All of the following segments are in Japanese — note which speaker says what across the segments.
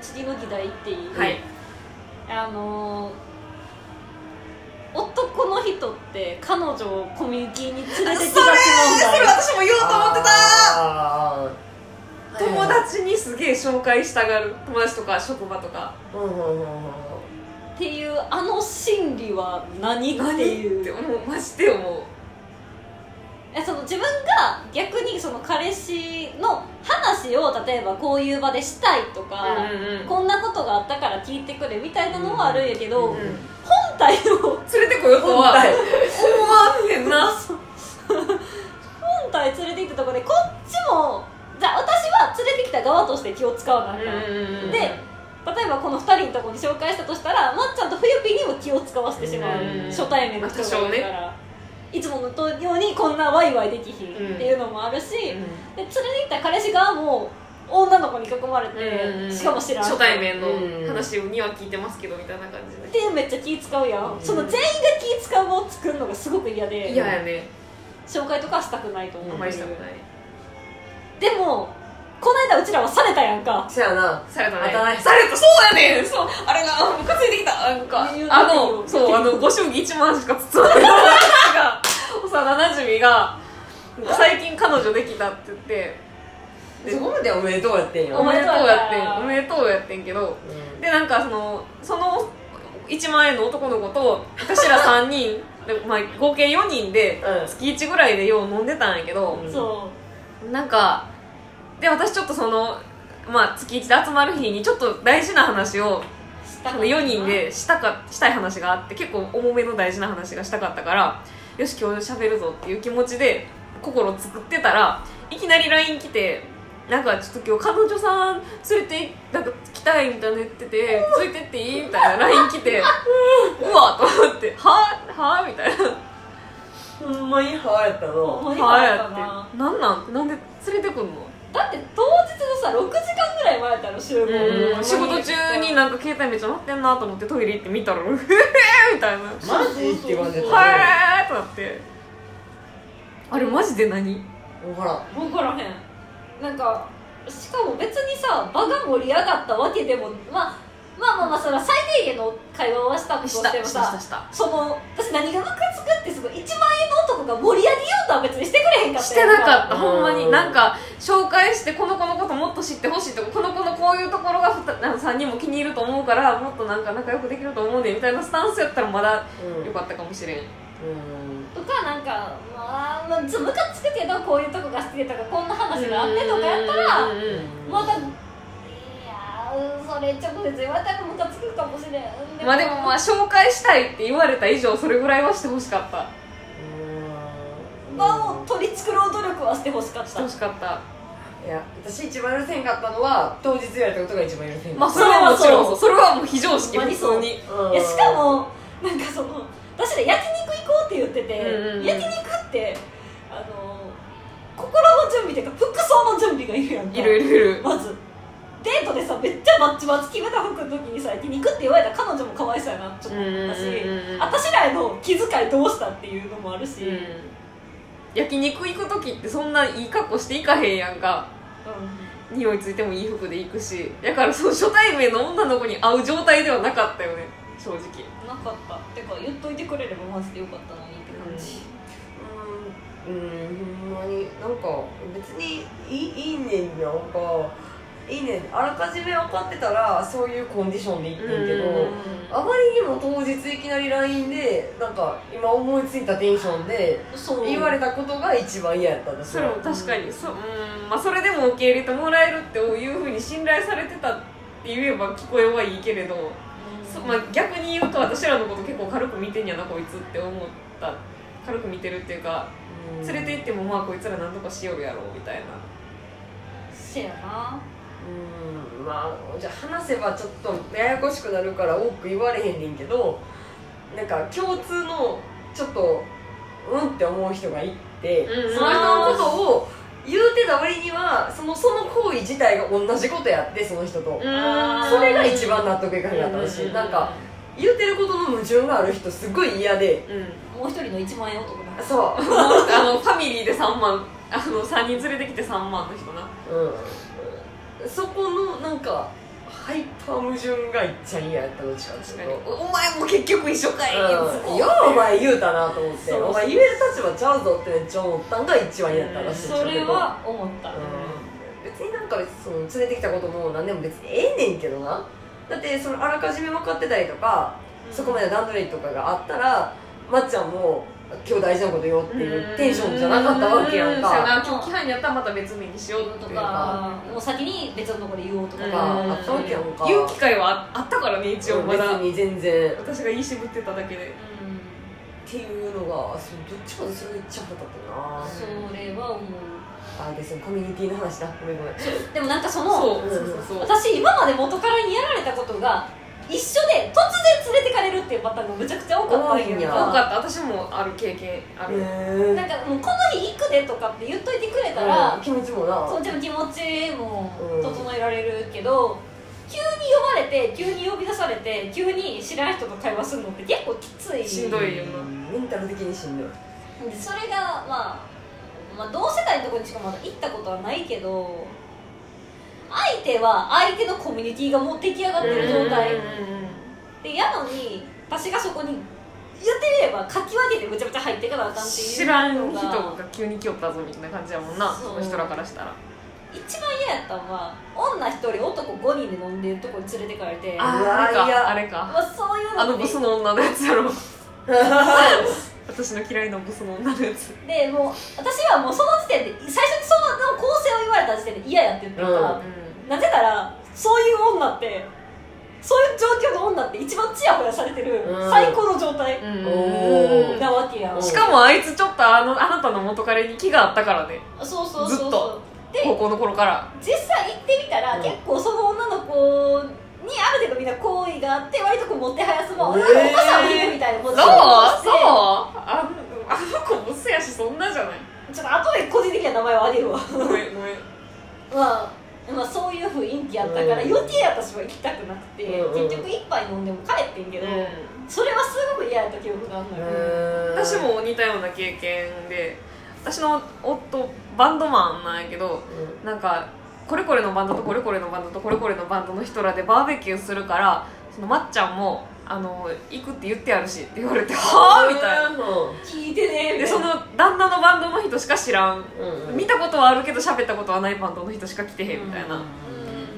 Speaker 1: ちりの議題っていい、
Speaker 2: はい
Speaker 1: あの男の人って彼女をコミュニティに連れてきがち問題
Speaker 2: 私も言おうと思ってた
Speaker 3: あー
Speaker 2: 友達にすげえ紹介したがる友達とか職場とか
Speaker 3: うんうんうんうんうん
Speaker 1: っていうあの心理は何って
Speaker 2: 何
Speaker 1: い
Speaker 2: って
Speaker 1: う
Speaker 2: 思うマジで思う
Speaker 1: えその自分が逆にその彼氏の話を例えばこういう場でしたいとか、
Speaker 2: うんうん
Speaker 1: こんなことがあったから聞いてくれみたいなのはあるんやけど、
Speaker 3: う
Speaker 2: うん連
Speaker 1: 本体を
Speaker 2: れてこようとは
Speaker 3: 本体
Speaker 2: 思わんねんな
Speaker 1: 本体連れて行ったとこでこっちもじゃあ私は連れてきた側として気を使わなあかん
Speaker 2: うん
Speaker 1: で例えばこの2人のとこに紹介したとしたらまっちゃんと冬ピにも気を使わせてしまう、
Speaker 3: うん
Speaker 1: 初対面の人がいるから、いつものようにこんなワイワイできひんっていうのもあるし、で連れて行った彼氏側も女の子に囲まれて、
Speaker 2: うん
Speaker 1: しかも知らん
Speaker 2: 初対面の
Speaker 3: うん
Speaker 2: 話には聞いてますけどみたいな感じで
Speaker 1: でめっちゃ気使うやん、
Speaker 3: うん
Speaker 1: その全員が気使うのを作るのがすごく嫌で
Speaker 2: 嫌やね
Speaker 1: 紹介とかはしたくないと思
Speaker 2: あ
Speaker 1: う、
Speaker 2: んまりしたくない
Speaker 1: でもこの間うちらはされたやんか
Speaker 3: そやな
Speaker 2: された
Speaker 3: また
Speaker 2: ね
Speaker 3: ね
Speaker 2: されたそうやねんそうあれなムカついてきたなんか
Speaker 1: 言うて
Speaker 2: あ
Speaker 1: 言う
Speaker 2: の
Speaker 1: て
Speaker 2: そうあのご祝儀1万しか包まれないが幼なじみが最近彼女できたって言って
Speaker 3: そこまでおめでとうやってんよ
Speaker 2: おめでとうやってん
Speaker 1: お
Speaker 2: お
Speaker 1: め
Speaker 2: めでとうやってんけど
Speaker 3: うん
Speaker 2: でなんかそのその1万円の男の子と私ら3人 で、まあ、合計4人で
Speaker 3: うん
Speaker 2: 月1ぐらいでよう飲んでたんやけど、
Speaker 3: うん
Speaker 1: そ
Speaker 2: なんかで私ちょっとその、まあ、月1で集まる日にちょっと大事な話を
Speaker 1: うし
Speaker 2: その4人でしたかしたい話があって結構重めの大事な話がしたかったからよし今日喋るぞっていう気持ちで心作ってたらいきなり LINE 来てなんかちょっと今日彼女さん連れてなんか来たいみたいな言っててついてっていいみたいな LINE 来てうわと思ってはぁはぁみたいな
Speaker 3: ほんまにハやったの
Speaker 1: ほんまに
Speaker 2: はぁ
Speaker 1: や
Speaker 2: や
Speaker 1: ったな
Speaker 2: ってなんなんなんで連れてくんの
Speaker 1: だって当日のさ6時間ぐらい前やったの集合
Speaker 2: うん仕事中になんか携帯めっちゃ鳴ってんなと思ってトイレ行って見たら「うへえ」みたいな
Speaker 3: マジって感じ
Speaker 1: そうそうそう
Speaker 3: だ
Speaker 2: はーとなってあれマジで何
Speaker 3: 分からん
Speaker 1: 分からへんなんかしかも別にさ場が盛り上がったわけでも、まあ、まあまあまあそれは最低限の会話はしたとしてもさ
Speaker 2: した
Speaker 1: その私何がムカつくってすごい1万円の男が盛り上げようとは別にしてくれへんかった
Speaker 2: してなかった
Speaker 3: うん
Speaker 2: ほんまになんか紹介してこの子のこともっと知ってほしいとかこの子のこういうところがふたあの3人も気に入ると思うからもっとなんか仲良くできると思うねみたいなスタンスやったらまだ
Speaker 3: うん
Speaker 2: よかったかもしれん
Speaker 3: うん
Speaker 1: とかなんかまあまあちょっとムカつくけどこういうとこが好きでとかこんな話があってとかやったら
Speaker 2: うんうんうん
Speaker 1: またいやーそれちょっと別に私もムカつくかもしれん
Speaker 2: うんまあでもまあ紹介したいって言われた以上それぐらいはしてほしかった
Speaker 3: うん
Speaker 1: 場を取り繕う努力はしてほしかっ
Speaker 2: して
Speaker 1: た
Speaker 2: ほしかった
Speaker 3: いや私一番許せんかったのは当日言われたことが一番許せん
Speaker 2: ま
Speaker 3: かっ
Speaker 2: あそれはもちろんそうそれはもう非常識
Speaker 1: ほんま
Speaker 2: 普
Speaker 1: にそう
Speaker 2: 通に
Speaker 3: たうん
Speaker 1: いやしかもなんかその私ら焼肉行こうって言ってて、
Speaker 2: うんうんうん
Speaker 1: 焼肉ってあの心の準備というか服装の準備がいるやんか
Speaker 2: いるいるいる
Speaker 1: まずデートでさめっちゃバッチバチ決めた服の時にさ焼肉って言われたら彼女もかわいそうやなちょっと思ったし、
Speaker 2: うんうんうんうん
Speaker 1: 私らへの気遣いどうしたっていうのもあるし、うん
Speaker 2: 焼肉行く時ってそんないい格好していかへんやんか匂いついてもいい服で行くしだからその初対面の女の子に会う状態ではなかったよね正直
Speaker 1: なかったてか言っといてくれればマジでよかったのにって感じ、
Speaker 3: うんうんほんまになんか別にいいいいねんなんかいいねんあらかじめ分かってたらそういうコンディションで行ってんけどあまりにも当日いきなり LINE でなんか今思いついたテンションで
Speaker 1: そう
Speaker 3: 言われたことが一番嫌やったんです
Speaker 2: それも確かにそ,、うんまあ、それでも受け入れてもらえるっていうふうに信頼されてたって言えば聞こえはいいけれど、そまあ、逆に言うと私らのこと結構軽く見てんやなこいつって思った軽く見てるっていうか連れて行ってもまあこいつら何とかしよるやろうみたいな
Speaker 1: せやな
Speaker 3: うんまあじゃあ話せばちょっとややこしくなるから多く言われへんねんけどなんか共通のちょっとうんって思う人がいて、
Speaker 2: うん
Speaker 3: その人のことを言うてた割にはそのその行為自体が同じことやってその人と、
Speaker 1: ん
Speaker 3: それが一番納得いかへんかったし、
Speaker 2: うん
Speaker 3: なんか言うてることの矛盾がある人すごい嫌で
Speaker 2: うん
Speaker 1: もう一人の1万円男だ
Speaker 3: そ
Speaker 2: この人あのファミリーで3万あの3人連れてきて3万の人な
Speaker 3: う、うん、そこのなんかハイパー矛盾がいっちゃ嫌やったのちゃうけ
Speaker 2: 確かに
Speaker 3: ど
Speaker 2: おお前も結局一緒かい、
Speaker 3: うん、ようお前言うたなと思って
Speaker 1: そう
Speaker 3: お前言える立場ちゃうぞってめっちゃ思ったんが一番嫌やったらしい
Speaker 1: それは思った、
Speaker 3: うん別になんかその連れてきたことも何でも別にええねんけどなだってそのあらかじめ分かってたりとか、そこまで段取りとかがあったらまっちゃんも今日大事なこと言おうっていうテンションじゃなかったわけやん
Speaker 2: うそうや
Speaker 3: か
Speaker 2: な今日規範にやったらまた別日にしよう
Speaker 1: と
Speaker 2: とか
Speaker 1: か、もう先に別のところで言おうとか
Speaker 2: うん
Speaker 1: が
Speaker 3: あったわけやんか
Speaker 2: 言う機会はああったからね一応ま
Speaker 3: 別
Speaker 2: だ
Speaker 3: に全然っ
Speaker 2: 私が言い渋ってただけで
Speaker 3: ていうのがそうどっちかとそれが一番腹立ったな
Speaker 1: それは思う
Speaker 3: あですねコミュニティの話だごめんごめん
Speaker 1: でもなんかその
Speaker 2: そうそうそうそう
Speaker 1: 私今まで元からにやられたことが一緒で突然連れてかれるっていうパターンがめちゃくちゃ多かったん
Speaker 3: 多いん
Speaker 1: や
Speaker 3: や
Speaker 2: 多かった私もある経験ある、
Speaker 3: へ
Speaker 1: なんかもうこの日行くでとかって言っといてくれた
Speaker 3: ーうん
Speaker 1: ら、
Speaker 3: 気持ちもな
Speaker 1: そっちも気持ちも整えられるけど、急に呼ばれて急に呼び出されて急に知らない人と会話するのって結構きつい
Speaker 2: しんどいよな
Speaker 3: メンタル的にしんどい
Speaker 1: でそれが、まあ、まあ同世代のところにしかまだ行ったことはないけど相手は相手のコミュニティがもう出来上がってる状態でやのに私がそこにやってみればかき分けてむちゃむちゃ入っていかなあかんっていう
Speaker 2: 知らん
Speaker 1: の
Speaker 2: 人
Speaker 1: が
Speaker 2: が急に来よったぞみたいな感じやもんな
Speaker 1: そう
Speaker 2: その人らからしたら
Speaker 1: 一番嫌やったのは女1人男5人で飲んでるとこに連れてかれて
Speaker 3: あ
Speaker 2: あ
Speaker 3: うわ
Speaker 2: あれ
Speaker 3: いや
Speaker 2: かあれ
Speaker 1: ま
Speaker 2: か
Speaker 1: あ、そういう
Speaker 2: あ
Speaker 1: の
Speaker 2: の
Speaker 1: って
Speaker 2: ブスの女のやつや ろ
Speaker 3: う
Speaker 2: 私の嫌いなブスの女のやつ
Speaker 1: でもう私はもうその時点で最初にその構成を言われた時点で嫌やって言ってたから、
Speaker 3: うん
Speaker 1: なぜならそういう女ってそういう状況の女って一番チヤホヤされてる
Speaker 3: うん
Speaker 1: 最高の状態
Speaker 2: うん
Speaker 3: おー
Speaker 1: なわけやん、
Speaker 3: うん
Speaker 2: しかもあいつちょっとあのあなたの元彼に気があったからね
Speaker 1: そうそう
Speaker 2: ず
Speaker 1: そ
Speaker 2: っ
Speaker 1: う
Speaker 2: と
Speaker 1: そう
Speaker 2: 高
Speaker 1: で
Speaker 2: 校の頃から
Speaker 1: 実際行ってみたら、
Speaker 3: うん
Speaker 1: 結構その女の子にある程度みんな好意があって割とこうもてはやすまあ
Speaker 3: えー
Speaker 1: 女の子お母さんを引くみたいな
Speaker 2: そ
Speaker 1: も
Speaker 2: う
Speaker 1: ち
Speaker 2: そう
Speaker 1: ろ
Speaker 2: あんあの子ブスやしそんなじゃない
Speaker 1: んちょっと後で個人的な名前を挙げるわ
Speaker 2: ごめんごめん
Speaker 1: まあまあ、そういう雰囲気やったから、
Speaker 3: うん
Speaker 1: 予定私は行きたくなくて、
Speaker 3: うんうん
Speaker 1: 結局一杯飲んでも帰ってんけど、それはすごく嫌やった記憶があるのよ、
Speaker 3: ん
Speaker 2: 私も似たような経験で私の夫バンドマンなんやけどなんかこれこれのバンドとこれこれのバンドとこれこれのバンドの人らでバーベキューするからそのまっちゃんもあの行くって言ってやるしって言われ てはあみたい
Speaker 3: な
Speaker 2: な
Speaker 1: 聞いてねみ
Speaker 2: で
Speaker 1: たい
Speaker 2: そ
Speaker 1: な
Speaker 2: の旦那のバンドの人しか知らん
Speaker 3: うん
Speaker 2: 見たことはあるけど喋ったことはないバンドの人しか来てへんみたいな
Speaker 1: う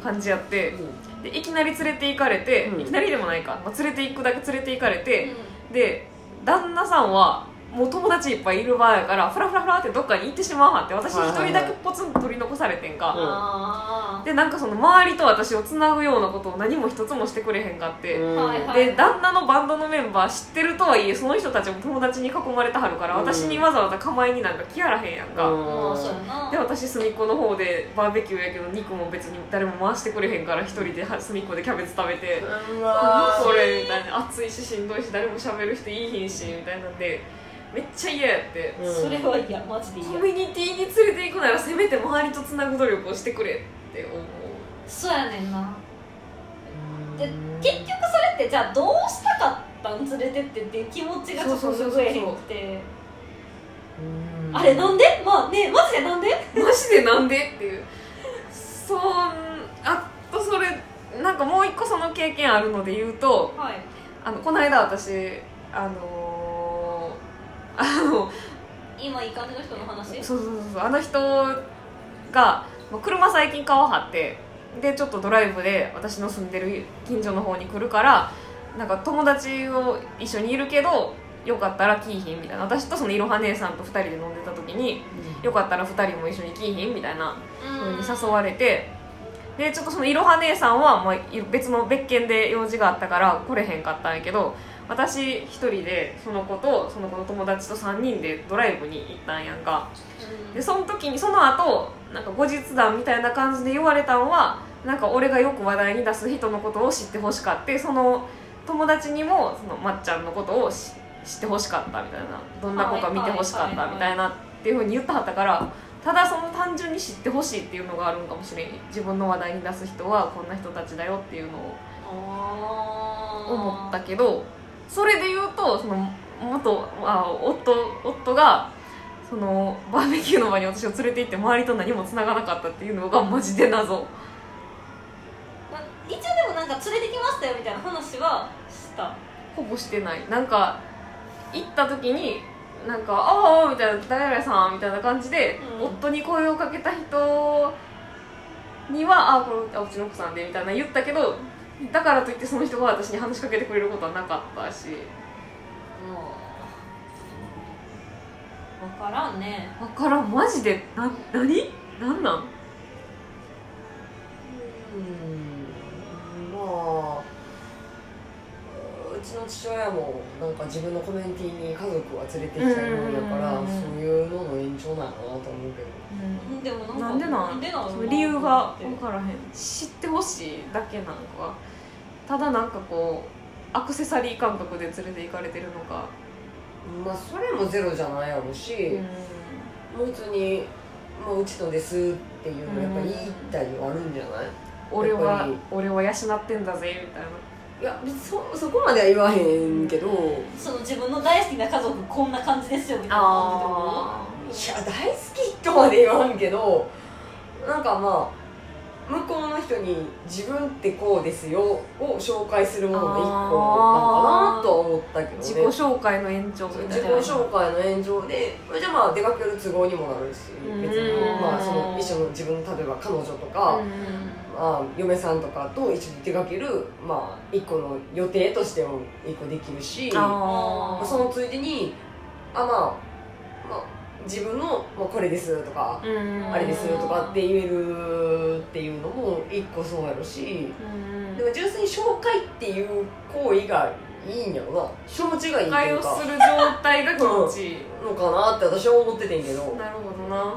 Speaker 2: 感じやってでいきなり連れて行かれて、
Speaker 3: うん
Speaker 2: いきなりでもないか、まあ、連れて行くだけ連れて行かれて、
Speaker 1: ん
Speaker 2: で旦那さんはもう友達いっぱいいる場合やからフラフラフラってどっかに行ってしまうはんって私
Speaker 3: はい
Speaker 2: 一
Speaker 3: はいはい
Speaker 2: 人だけポツンと取り残されてんか、
Speaker 3: うん
Speaker 1: あ
Speaker 2: でなんかその周りと私をつなぐようなことを何も一つもしてくれへんかって、
Speaker 1: はいはい
Speaker 2: で旦那のバンドのメンバー知ってるとはいえその人たちも友達に囲まれてはるから
Speaker 3: うん
Speaker 2: 私にわざわざ構いになんか来やらへんやんか、
Speaker 1: あまあそうやな
Speaker 2: で私隅っこの方でバーベキューやけど肉も別に誰も回してくれへんから一人では隅っこでキャベツ食べて
Speaker 3: う
Speaker 2: 何
Speaker 3: わ
Speaker 2: これみたいな暑いししんどいし誰も喋る人いいひんしみたいなんでめっちゃ嫌やって
Speaker 1: それは嫌マジで
Speaker 2: コ
Speaker 1: 嫌
Speaker 2: ミュニティに連れて行くならせめて周りとつなぐ努力をしてくれって思う
Speaker 1: そうやねんなで結局それってじゃあどうしたかったん連れてってっていう気持ちがちょっと拭えへんくてあれなんでまあねマジでなんで
Speaker 2: マジでなんでっていうそうあとそれなんかもう一個その経験あるので言うと
Speaker 1: はい
Speaker 2: あのこの間私あのーあの
Speaker 1: 今いい感じの人の話
Speaker 2: そうそうそうそうあの人がまあ車最近川張ってでちょっとドライブで私の住んでる近所の方に来るからなんか友達を一緒にいるけどよかったら来いひんみたいな私とそのいろは姉さんと2人で飲んでた時によかったら2人も一緒に来いひんみたいな風に誘われてでちょっとそのいろは姉さんは、まあ、い別の別件で用事があったから来れへんかったんやけど私一人でその子とその子の友達と3人でドライブに行ったんやんか。
Speaker 1: うん
Speaker 2: でその時にその後なんか後日談みたいな感じで言われたんはなんか俺がよく話題に出す人のことを知ってほしかってその友達にもそのまっちゃんのことをし知ってほしかったみたいなどんな子か見てほしかったみたいなっていうふうに言ってはったからただその単純に知ってほしいっていうのがあるんかもしれん自分の話題に出す人はこんな人たちだよっていうのを
Speaker 1: あー
Speaker 2: 思ったけどそれで言うとその元あ夫夫がそのバーベキューの場に私を連れて行って周りと何も繋がなかったっていうのがマジで謎
Speaker 1: まあ、一応でもなんか連れてきましたよみたいな話はした
Speaker 2: ほぼしてないなんか行った時になんか「ああ」みたいな「誰々さん」みたいな感じで、
Speaker 1: うん
Speaker 2: 夫に声をかけた人には「ああーこれあうちの奥さんで」みたいな言ったけどだからといってその人が私に話しかけてくれることはなかったし
Speaker 1: もう分からんね
Speaker 2: わからんマジでな何なんなん
Speaker 3: うんまあうちの父親もなんか自分のコミュニティに家族は連れて行きたいもんやから
Speaker 2: うん
Speaker 3: そういうのの延長なのかなと思うけど
Speaker 1: でもなんか
Speaker 2: なんでなん
Speaker 1: でなん
Speaker 2: その理由が
Speaker 1: うん
Speaker 2: 分からへん知ってほしいだけなのかただなんかこうアクセサリー感覚で連れて行かれてるのか
Speaker 3: まあそれもゼロじゃないやろし、
Speaker 2: う
Speaker 3: もう普通に「もううちのです」っていうのやっぱ言いたりはあるんじゃない、
Speaker 2: 俺
Speaker 3: やっぱ
Speaker 2: は
Speaker 3: り
Speaker 2: 俺は養ってんだぜみたいない
Speaker 3: や別にそそこまでは言わへんけど、
Speaker 1: その自分の大好きな家族こんな感じですよみたいな感
Speaker 3: いや大好きとまで言わんけどなんかまあ向こうの人に「自分ってこうですよ」を紹介するものの一個なのかなとは思ったけどね
Speaker 2: 自己紹介の延長みた
Speaker 3: 自
Speaker 2: い
Speaker 3: 己
Speaker 2: な
Speaker 3: 紹介の炎上でじゃあまあ出かける都合にもなるし別
Speaker 2: う
Speaker 3: に
Speaker 2: ん
Speaker 3: まあその一緒の自分の例えば彼女とか、
Speaker 2: うん
Speaker 3: まあ、嫁さんとかと一緒に出かけるまあ一個の予定としても一個できるし
Speaker 2: あ
Speaker 3: ま
Speaker 2: ー
Speaker 3: あそのついでにあまあ、まあ、自分の、まあ、これですとか、
Speaker 2: うん
Speaker 3: あれですとかって言えるっていうのも一個そうやろし
Speaker 2: うん
Speaker 3: でも純粋に紹介っていう行為がいいんやろな気持ちがいいっ
Speaker 2: 紹
Speaker 3: て
Speaker 2: 介
Speaker 3: いう
Speaker 2: を
Speaker 3: か
Speaker 2: する状態が気持ちいい
Speaker 3: のかなって私は思っててんけど
Speaker 2: なるほどな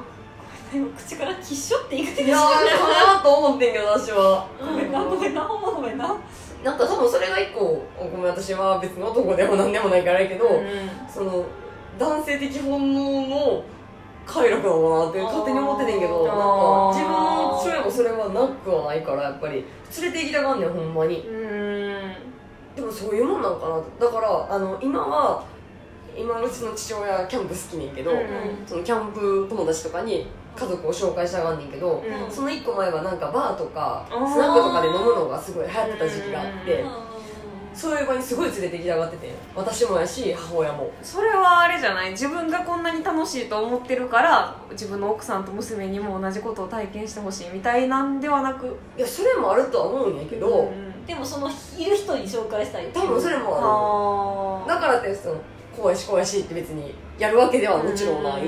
Speaker 1: じでも口からきっしょっていく
Speaker 3: い
Speaker 1: でし
Speaker 3: やー
Speaker 1: ょ
Speaker 3: かなと思ってんけど私は
Speaker 1: ごめんなごめんなほんまごめんな
Speaker 3: なんか多分それが一個ごめん私は別の男でも何でもないからやけど、
Speaker 2: うん
Speaker 3: その男性的本能の快楽なのかなって勝手に思っててんけど
Speaker 2: あ
Speaker 3: なん
Speaker 2: ー
Speaker 3: か自分の父親もそれはなくはないからやっぱり連れて行きたがんねんほんまに
Speaker 2: うん
Speaker 3: でもそういうもんなんかなだからあの今は今うちの父親キャンプ好きねんけど、
Speaker 2: うん
Speaker 3: そのキャンプ友達とかに家族を紹介したがんねんけど、
Speaker 2: うん
Speaker 3: その一個前はなんかバーとか
Speaker 2: あー
Speaker 3: スナックとかで飲むのがすごい流行ってた時期があって、
Speaker 2: うん
Speaker 3: そういう場にすごい連れて行きたがっててん私もやし母親も
Speaker 2: それはあれじゃない自分がこんなに楽しいと思ってるから自分の奥さんと娘にも同じことを体験してほしいみたいなんではなく
Speaker 3: いやそれもあるとは思うんやけど、
Speaker 2: うん
Speaker 1: でもそのいる人に紹介したい
Speaker 3: 多分それもあ
Speaker 2: あ
Speaker 3: るだからってその怖いし怖いしって別にやるわけではもちろんない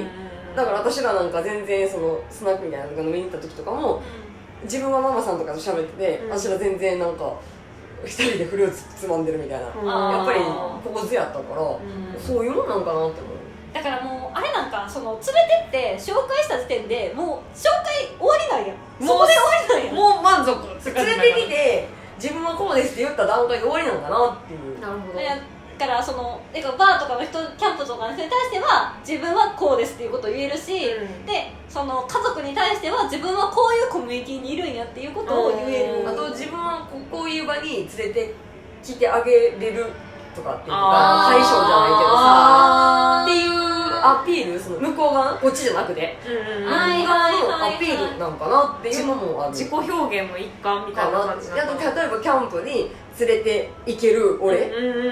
Speaker 3: だから私らなんか全然そのスナックみたいなのが飲みに行った時とかも自分はママさんとかと喋ってて、
Speaker 2: うん
Speaker 3: 私ら全然なんか一人でフルーツつまんでるみたいな、
Speaker 1: あー
Speaker 3: やっぱりここずやったから、そういうもんなんかなって思う
Speaker 1: だからもうあれなんかその連れてって紹介した時点でもう紹介終わりなんやそこで終わりなんや
Speaker 2: もう満足
Speaker 3: 連れてきて自分はこうですって言った段階で終わりなんかなっていう
Speaker 2: なるほど
Speaker 1: いやだからそのだからバーとかの人キャンプとかの人に対しては自分はこうですっていうことを言えるし、
Speaker 2: うん
Speaker 1: でその家族に対しては自分はこういうコミュニティにいるんやっていうことを言える
Speaker 2: うん
Speaker 3: あと自分はここういう場に連れてきてあげれるとかっていうのが
Speaker 2: あー
Speaker 3: 最初じゃないけどさっ
Speaker 1: あ
Speaker 3: ていうアピールその向こう側こっちじゃなくて
Speaker 2: うんうん
Speaker 1: はい
Speaker 3: 向こう側のアピールなんかなっていうのもある
Speaker 2: 自己表現の一環みた
Speaker 3: か
Speaker 2: いな
Speaker 3: な
Speaker 2: 感
Speaker 3: っ
Speaker 2: じ
Speaker 3: て
Speaker 2: なの
Speaker 3: あと例えばキャンプに連れて行ける俺、
Speaker 2: うんうんうんうん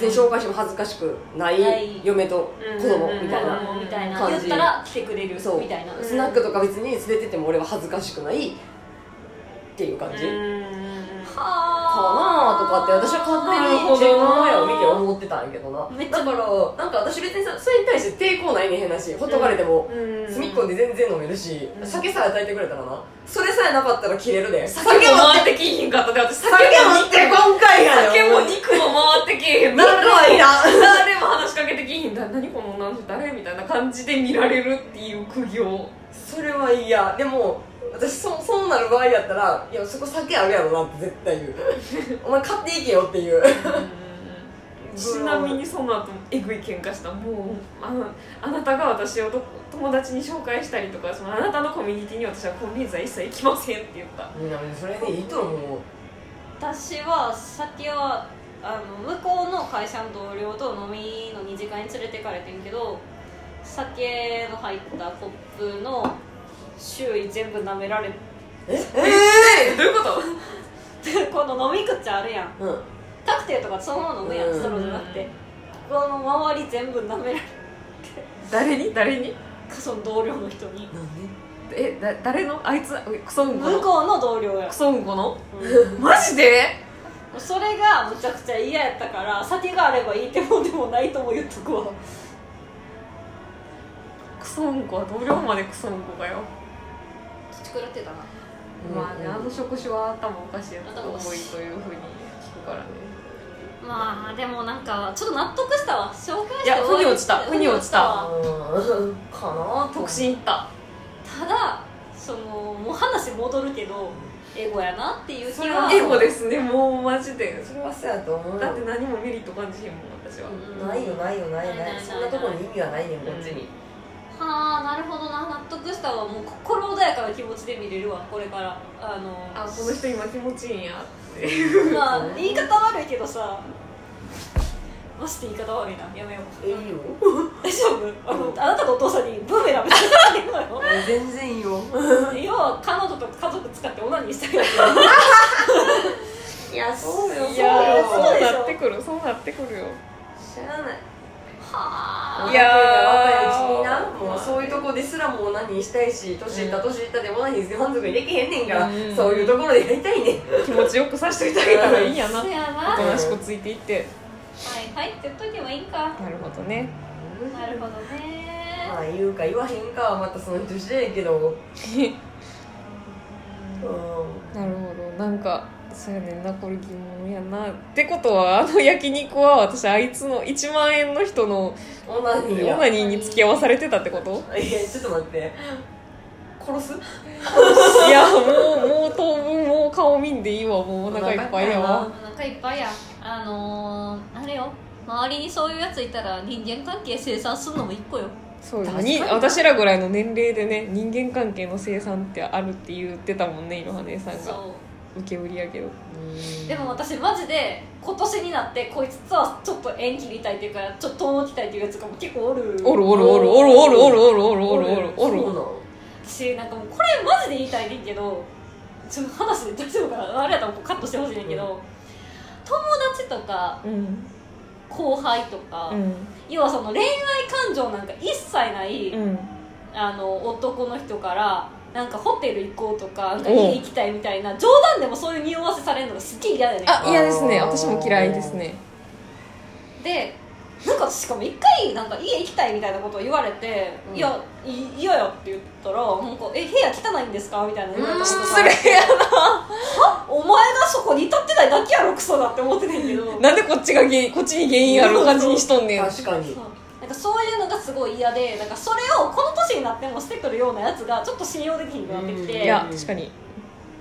Speaker 3: 別に紹介しても恥ずかしくな
Speaker 1: ない
Speaker 3: い嫁と子供みたいな、
Speaker 2: うん
Speaker 1: みたいな
Speaker 3: 感
Speaker 1: 言っ
Speaker 3: じ
Speaker 1: たら来てくれる
Speaker 3: そう
Speaker 1: みたいな、
Speaker 2: うん
Speaker 3: スナックとか別に連れてっても俺は恥ずかしくないっていう感じ、
Speaker 2: うん
Speaker 3: か
Speaker 2: うんうん
Speaker 1: か
Speaker 3: なーとかって私は勝手に自分の親を見て思ってたんやけどな
Speaker 1: めっち
Speaker 3: だ
Speaker 1: ゃ
Speaker 3: からなんか私別にさそれに対して抵抗ないね変なしほっとかれても、
Speaker 2: うん
Speaker 3: 隅っこで全然飲めるし、
Speaker 2: うん
Speaker 3: 酒さえ与えてくれたらなそれさえなかったら切れるで
Speaker 2: 酒も回ってきひんかったで私酒も
Speaker 3: 今回や
Speaker 2: 酒も肉も回ってきへん誰も
Speaker 3: いらん
Speaker 2: 誰も話しかけてきひんだ何このなんて誰みたいな感じで見られるっていう苦行
Speaker 3: それは嫌でも私そそうなる場合やったら「いやそこ酒あるやろな」って絶対 言うお前買っていけよっていう
Speaker 2: ちなみにその後えぐい喧嘩したもうあのあなたが私をど友達に紹介したりとかそのあなたのコミュニティに私はコンビニは一切行きませんって言った
Speaker 3: みんなそれでいいと思う
Speaker 1: 私は先はあの向こうの会社の同僚と飲みの二次会に連れてかれてんけど酒の入ったコップの周囲全部舐められて
Speaker 3: ええ
Speaker 2: えどういうこと
Speaker 1: この飲み口あるやん
Speaker 3: うん
Speaker 1: カクテルとかそのまま飲むやん、
Speaker 3: うん
Speaker 1: ストローじゃなくてこの周り全部舐められる
Speaker 2: 誰に誰に
Speaker 1: かその同僚の人に
Speaker 2: えだ誰のあいつクソうんこ
Speaker 1: 向
Speaker 2: の
Speaker 1: こうの同僚や
Speaker 2: ク、ソうんこの
Speaker 1: う
Speaker 2: マジで
Speaker 1: んそれがむちゃくちゃ嫌やったから酒があればいいってもんでもないとも言っとくわ
Speaker 2: クソうんこは同僚までクソうんこかよ
Speaker 1: 土くらってたな
Speaker 2: まあねあの職種は頭おかしいやつが
Speaker 1: 頭お
Speaker 2: 多
Speaker 1: か
Speaker 2: い
Speaker 1: しい
Speaker 2: というふうに聞くからね
Speaker 1: まあでもなんかちょっと納得したわ紹介して
Speaker 2: いや
Speaker 1: 終わり
Speaker 2: 腑に落ちた
Speaker 1: 腑に落ちたわ
Speaker 3: うんかな
Speaker 2: 特進行った
Speaker 1: ただそのもう話戻るけどエゴやなっていう気が
Speaker 3: あ
Speaker 2: エゴですねもうマジで
Speaker 3: それはそうやと思う
Speaker 2: だって何もメリット感じひんもん私は、
Speaker 1: うん
Speaker 3: ないよないよない
Speaker 1: ないない
Speaker 3: な
Speaker 1: ない
Speaker 3: いそんなとこに意味はないねんこっちに
Speaker 1: はあなるほどな納得したわもう心穏やかな気持ちで見れるわこれからあの
Speaker 2: あこの人今気持ちいいんやって
Speaker 1: まあ言い方悪いけどさまして言い方悪いなやめよう
Speaker 3: えいいよ
Speaker 1: 大丈夫あの、あなたのお父さんにブーメラン見せてるのよ
Speaker 3: 全然いいよ
Speaker 1: 要は彼女と家族使ってオナニーしたいわ
Speaker 3: いやそうよそうよ
Speaker 2: い
Speaker 3: 知
Speaker 2: やー
Speaker 1: そう
Speaker 2: そう
Speaker 1: でしょ
Speaker 2: なってくるそうなってくるよ
Speaker 3: らない
Speaker 1: はあ
Speaker 2: いや
Speaker 3: 若
Speaker 2: ー
Speaker 3: いうちになもうそういうとこですらもう何したいし年いった年いったでも何満足できへんねんから、
Speaker 2: うん
Speaker 3: そういうところでやりたいねん
Speaker 2: 気持ちよくさせていただけたらいいんやな
Speaker 1: そ
Speaker 2: お
Speaker 1: やなは
Speaker 2: と
Speaker 1: い
Speaker 2: なしくついていって
Speaker 1: はいって言っとけばいいんか
Speaker 2: なるほどね
Speaker 1: なるほどね
Speaker 3: まあ言うか言わへんかはまたその人次第やけどう
Speaker 2: なるほどなんかそうやねんなこれ疑問やなってことはあの焼肉は私あいつの1万円の人の
Speaker 3: んオナ
Speaker 2: オ
Speaker 3: ニーや
Speaker 2: ナニーに付き合わされてたってこと
Speaker 3: いやちょっと待って殺す
Speaker 2: いやもうもう当分もう顔見んでいいわもうお腹いっぱいや わ
Speaker 1: お腹いっぱいやあのー、あれよ周りにそういうやついたら人間関係生産するのも一個よ
Speaker 2: そうよ
Speaker 3: 確かに
Speaker 2: に私らぐらいの年齢でね人間関係の生産ってあるって言ってたもんねいろは姉さんが
Speaker 1: そ
Speaker 2: 受け売りやけど
Speaker 1: うでも私マジで今年になってこいつとはちょっと縁切りたいっていうかちょっと遠のきたいっていうやつがもう結構おる
Speaker 2: おるおるおるおるおるおるおるおるおるおるお
Speaker 3: そう
Speaker 2: る
Speaker 3: なの
Speaker 1: 私なんかもうこれマジで言いたいねんけどちょっと話で大丈夫かなあれやったらもうカットしてほしいねんけど、友達とか
Speaker 2: うん
Speaker 1: 後輩とか、
Speaker 2: うん
Speaker 1: 要はその恋愛感情なんか一切ない、
Speaker 2: うん
Speaker 1: あの男の人からなんかホテル行こうとかなんか
Speaker 2: うん
Speaker 1: 家行きたいみたいな冗談でもそういう匂わせされるのがすっげえ嫌だよね
Speaker 2: あ嫌ですね
Speaker 3: あー
Speaker 2: 私も嫌いですね
Speaker 1: でなんかしかも一回なんか家行きたいみたいなことを言われて「
Speaker 3: うん
Speaker 1: いやい嫌や」って言ったら「なんかえ部屋汚いんですか?」みたいな言われたこと
Speaker 2: 失
Speaker 1: が
Speaker 2: 礼や
Speaker 1: お前がそこに立ってないだけやろクソだって思ってないけど
Speaker 2: なんでこっちが原因こっちに原因ある感じにしとんねん
Speaker 3: 確かに
Speaker 1: そうなんかそういうのがすごい嫌でなんかそれをこの年になってもしてくるようなやつがちょっと信用できひんくなってき
Speaker 3: うん
Speaker 1: て
Speaker 2: いや確かに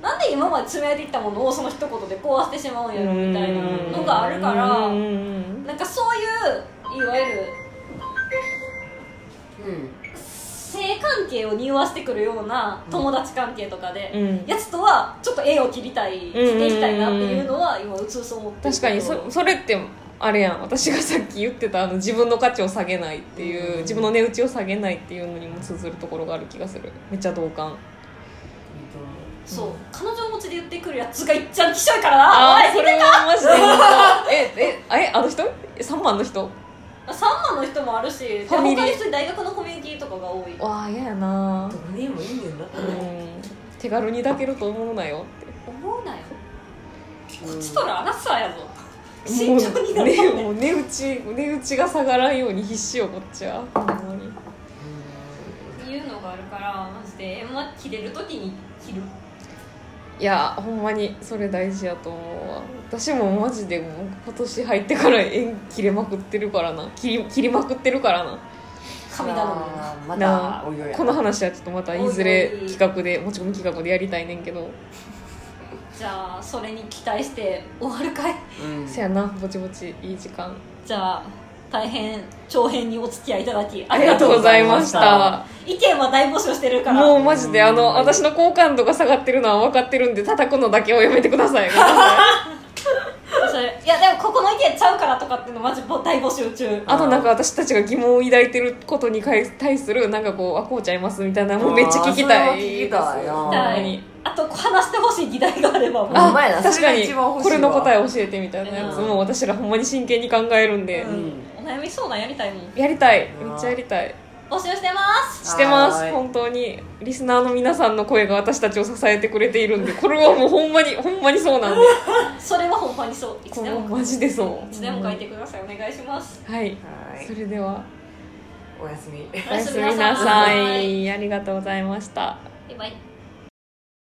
Speaker 1: なんで今まで積み上げてきたものをその一言で壊してしまうんやろみたいなのがあるか
Speaker 2: う
Speaker 1: ら
Speaker 2: ん
Speaker 1: なんかそういういわゆる
Speaker 3: うん
Speaker 1: 性関係を匂わしてくるような友達関係とか
Speaker 2: う
Speaker 1: で、
Speaker 2: ん
Speaker 1: やつとはちょっと縁を切りたい切っていきたいなっていうのは今うつうつ思ってる
Speaker 2: 確かにそそれってあれやん私がさっき言ってたあの自分の価値を下げないっていう、
Speaker 3: うん
Speaker 2: 自分の値打ちを下げないっていうのにも通ずるところがある気がするめっちゃ同感
Speaker 1: そう彼女持ちで言ってくるやつがいっちゃんきしょいからな
Speaker 2: あ
Speaker 1: おい
Speaker 2: あーそれはマジでえええあの人3番の人
Speaker 1: サンマの人もあるしで
Speaker 2: ファ
Speaker 1: 他
Speaker 2: ミリー
Speaker 1: の人に大学のコミュニティとかが多い
Speaker 2: わあ嫌やな
Speaker 3: どれもいいねんな
Speaker 2: うん手軽に抱けると思うなよって
Speaker 1: 思うなよ
Speaker 3: う
Speaker 1: こ
Speaker 3: ん
Speaker 1: っちとらアナサーやぞ慎重になる
Speaker 2: も
Speaker 1: よ
Speaker 2: うねも
Speaker 1: ね
Speaker 2: う値打ち値打ちが下がらんように必死よこっちはほんまに
Speaker 1: っていうのがあるからマジで縁は切れる時に切る
Speaker 2: いやほんまにそれ大事やと思うわ私もマジでもう今年入ってから縁切れまくってるからな切り切りまくってるからな
Speaker 1: 神頼みだな
Speaker 3: ま
Speaker 2: な
Speaker 3: たおいおい
Speaker 2: この話はちょっとまたいずれ企画で持ち込み企画でやりたいねんけど、
Speaker 1: じゃあそれに期待して終わるかい
Speaker 3: うん
Speaker 2: せやなぼちぼちいい時間
Speaker 1: じゃあ大変長編にお付き合いいただき
Speaker 2: あ
Speaker 1: あ
Speaker 2: り
Speaker 1: り
Speaker 2: が
Speaker 1: が
Speaker 2: と
Speaker 1: と
Speaker 2: う
Speaker 1: う
Speaker 2: ございました
Speaker 1: 意見は大募集してるから
Speaker 2: もうマジであ
Speaker 3: うん
Speaker 2: の私の好感度が下がってるのは分かってるんで叩くのだけはやめてください
Speaker 1: それいやでもここの意見ちゃうからとかっていうのマジ大募集中
Speaker 2: あとなんか私たちが疑問を抱いてることに対するなんかこうあこうちゃいますみたいなのもめっちゃ聞きたい
Speaker 3: あーそれは聞きたいな
Speaker 2: ほんまに
Speaker 1: あと話してほしい議題があればもう
Speaker 3: あ
Speaker 1: あ
Speaker 3: お前らそ
Speaker 2: 確かに
Speaker 3: れが一番欲しいわ
Speaker 2: これの答え教えてみたいなやつ
Speaker 1: うん
Speaker 2: もう私らほんまに真剣に考えるんで、
Speaker 3: ん
Speaker 1: お悩み相談やりたいもん
Speaker 2: やりたい
Speaker 3: うん
Speaker 2: めっちゃやりたい
Speaker 1: 募集してます
Speaker 2: してま
Speaker 3: はー
Speaker 2: す
Speaker 3: い
Speaker 2: 本当にリスナーの皆さんの声が私たちを支えてくれているんでこれはもうほんまにほんまにそうなんで
Speaker 1: それはほんまにそういつ
Speaker 2: こ
Speaker 1: で
Speaker 2: れは
Speaker 1: も
Speaker 2: マジでそう
Speaker 1: いつでも書いてくださいお願いします
Speaker 2: はい
Speaker 3: はい
Speaker 2: それでは
Speaker 3: おやすみ
Speaker 1: お
Speaker 2: おやすみなさ
Speaker 1: やすみなさ
Speaker 2: いありがとうございました
Speaker 1: バイバイ